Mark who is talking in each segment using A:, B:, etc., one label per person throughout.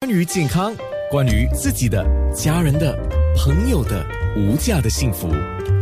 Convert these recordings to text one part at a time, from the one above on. A: 关于健康，关于自己的、家人的、朋友的无价的幸福，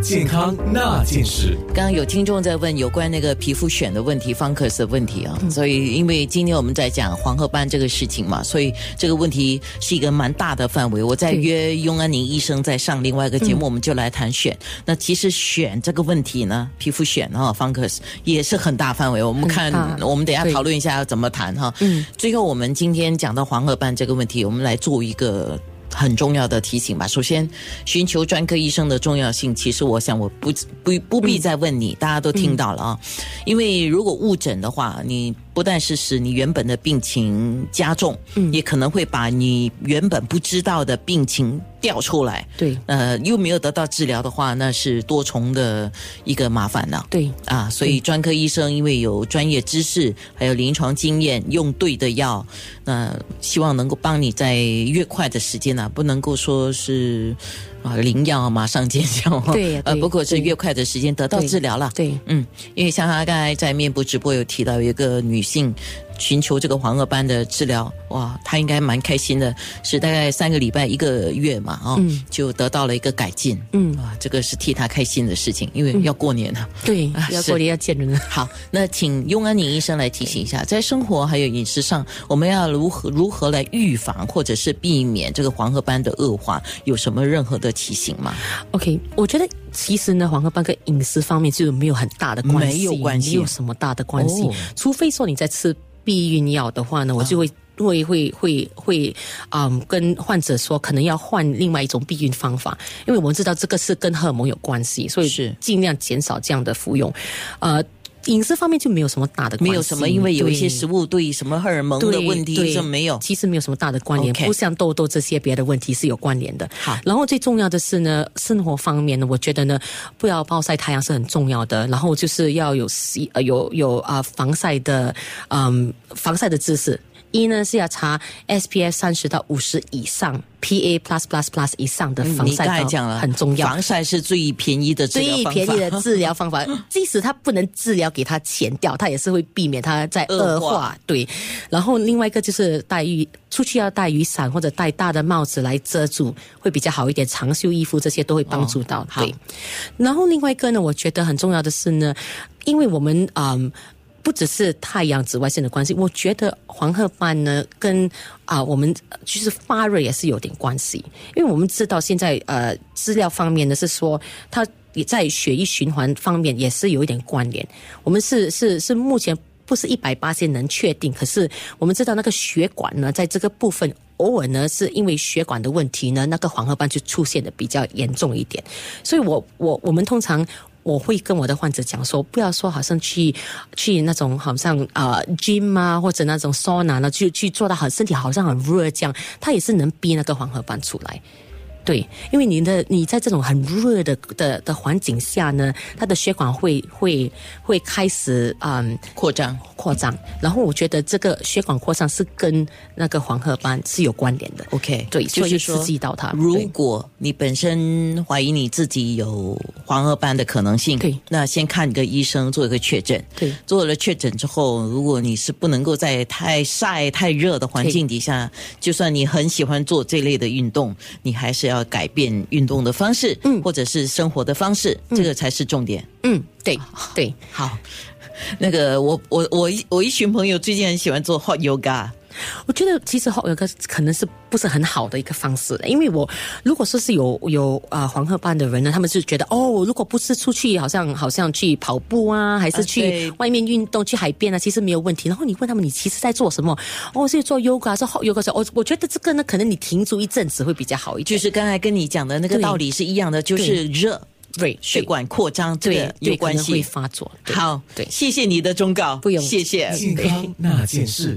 A: 健康那件事。
B: 刚刚有听众在问有关那个皮肤癣的问题、方克 s 的问题啊、
C: 嗯
B: 所以因为今天我们在讲黄褐斑这个事情嘛，所以这个问题是一个蛮大的范围。我在
C: 对嗯
B: 约雍安宁医生在上另外一个节目，我们就来谈癣。那其实癣这个问题呢，皮肤癣啊、方克 s 也是很大范围。我们看
C: 很，大
B: 我们等一下
C: 对
B: 讨论一下要怎么谈哈。
C: 嗯，
B: 最后我们今天讲到黄褐斑这个问题，我们来做一个。很重要的提醒吧。首先，寻求专科医生的重要性，其实我想我不不不必再问你，大家都听到了啊。因为如果误诊的话，你不但是使你原本的病情加重，嗯、也可能会把你原本不知道的病情调出来。
C: 对
B: 呃，又没有得到治疗的话，那是多重的一个麻烦呢、
C: 对，
B: 啊，所
C: 嗯
B: 以专科医生因为有专业知识，还有临床经验，用对的药，那希望能够帮你在越快的时间呢、不能够说是啊灵药马上见效，
C: 对呀
B: 呃，
C: 对
B: 不过是
C: 对
B: 越快的时间得到
C: 对
B: 治疗了。
C: 对，
B: 嗯，因为像他刚才在面部直播有提到，有一个女性寻求这个黄褐斑的治疗，哇，她应该蛮开心的，是大概三个礼拜一个月嘛，哦，
C: 嗯
B: 就得到了一个改进，
C: 嗯
B: 啊，这个是替她开心的事情，因为要过年了。
C: 对
B: 啊，
C: 要
B: 是
C: 过年要见人了。
B: 好，那请雍安宁医生来提醒一下，在生活还有饮食上，我们要如何如何来预防或者是避免这个黄褐斑的恶化，有什么任何的提醒吗？
C: OK，我觉得其实呢，黄褐斑跟饮食方面就没有很大的关系，
B: 没有关系
C: 没有什么大的关系，
B: 哦啊
C: 除非说你在吃避孕药的话呢，我就会。会会会会，嗯，跟患者说可能要换另外一种避孕方法，因为我们知道这个是跟荷尔蒙有关系，所以
B: 是
C: 尽量减少这样的服用。呃，饮食方面就没有什么大的关系，
B: 没有什么，因为有一些
C: 对
B: 食物对什么荷尔蒙的
C: 对
B: 问题，
C: 对
B: 这没有。
C: 其实没有什么大的关联
B: OK
C: 不像痘痘这些别的问题是有关联的。
B: 好
C: 然后最重要的是呢，生活方面呢，我觉得呢，不要暴晒太阳是很重要的，然后就是要有洗呃有有啊、防晒的嗯防晒的知识。一呢是要查 SPF 三十到五十以上，PA plus plus plus 以上的防
B: 嗯你
C: 晒
B: 刚才
C: 膏
B: 讲了，
C: 很重要。
B: 防晒是最便宜的治疗
C: 最
B: 方法。
C: 便宜的治疗方法，即使他不能治疗给他钱掉，他也是会避免他在恶
B: 恶化
C: 化。对，然后另外一个就是带雨，出去要带雨伞或者戴大的帽子来遮住，会比较好一点。长袖衣服这些都会帮助到。
B: 哦好
C: 对，然后另外一个呢，我觉得很重要的是呢，因为我们嗯。不只是太阳紫外线的关系，我觉得黄褐斑呢跟啊、我们呃就是发热也是有点关系，因为我们知道现在呃资料方面呢是说它也在血液循环方面也是有一点关联，我们是是是目前不是一百八千能确定，可是我们知道那个血管呢在这个部分偶尔呢，是因为血管的问题呢，那个黄褐斑就出现的比较严重一点。所以我我我们通常。我会跟我的患者讲说，不要说好像去去那种好像呃 gym 啊，或者那种 sauna 呢，去去做到很身体好像很热这样，它也是能逼那个黄褐斑出来。对，因为你的你在这种很热的的的环境下呢，它的血管会会会开始嗯
B: 扩张。
C: 扩张，然后我觉得这个血管扩张是跟那个黄褐斑是有关联的。
B: OK，
C: 对，
B: 就
C: 所
B: 是
C: 以
B: 说
C: 刺激到它。
B: 如
C: 对
B: 果你本身怀疑你自己有黄褐斑的可能性，
C: 对
B: 那先看个医生做一个确诊。
C: 对
B: 做了确诊之后，如果你是不能够在太晒、太热的环境底下，就算你很喜欢做这类的运动，你还是要改变运动的方式，嗯，或者是生活的方式，这个才是重点。
C: 嗯，对对，
B: 好， 那个我我我一我一群朋友最近很喜欢做 hot yoga，
C: 我觉得其实有个可能是不是很好的一个方式，因为我如果说是有有啊、呃黄褐斑的人呢，他们就觉得哦，如果不是出去好像好像去跑步啊，还
B: 啊
C: 是
B: 对
C: 去外面运动、去海边啊，其实没有问题。然后你问他们你其实在做什么？哦，是做 yoga，做 hot yoga 做。我我觉得这个呢，可能你停足一阵子会比较好一
B: 就
C: 点。
B: 是刚才跟你讲的那个
C: 对
B: 道理是一样的，就是热。
C: 对
B: 血管扩张这
C: 对
B: 个
C: 对
B: 有关
C: 可能会
B: 系。
C: 发作。对
B: 好，
C: 对
B: 谢谢你的忠告，
C: 不用
B: 谢谢。
A: 健康那件事。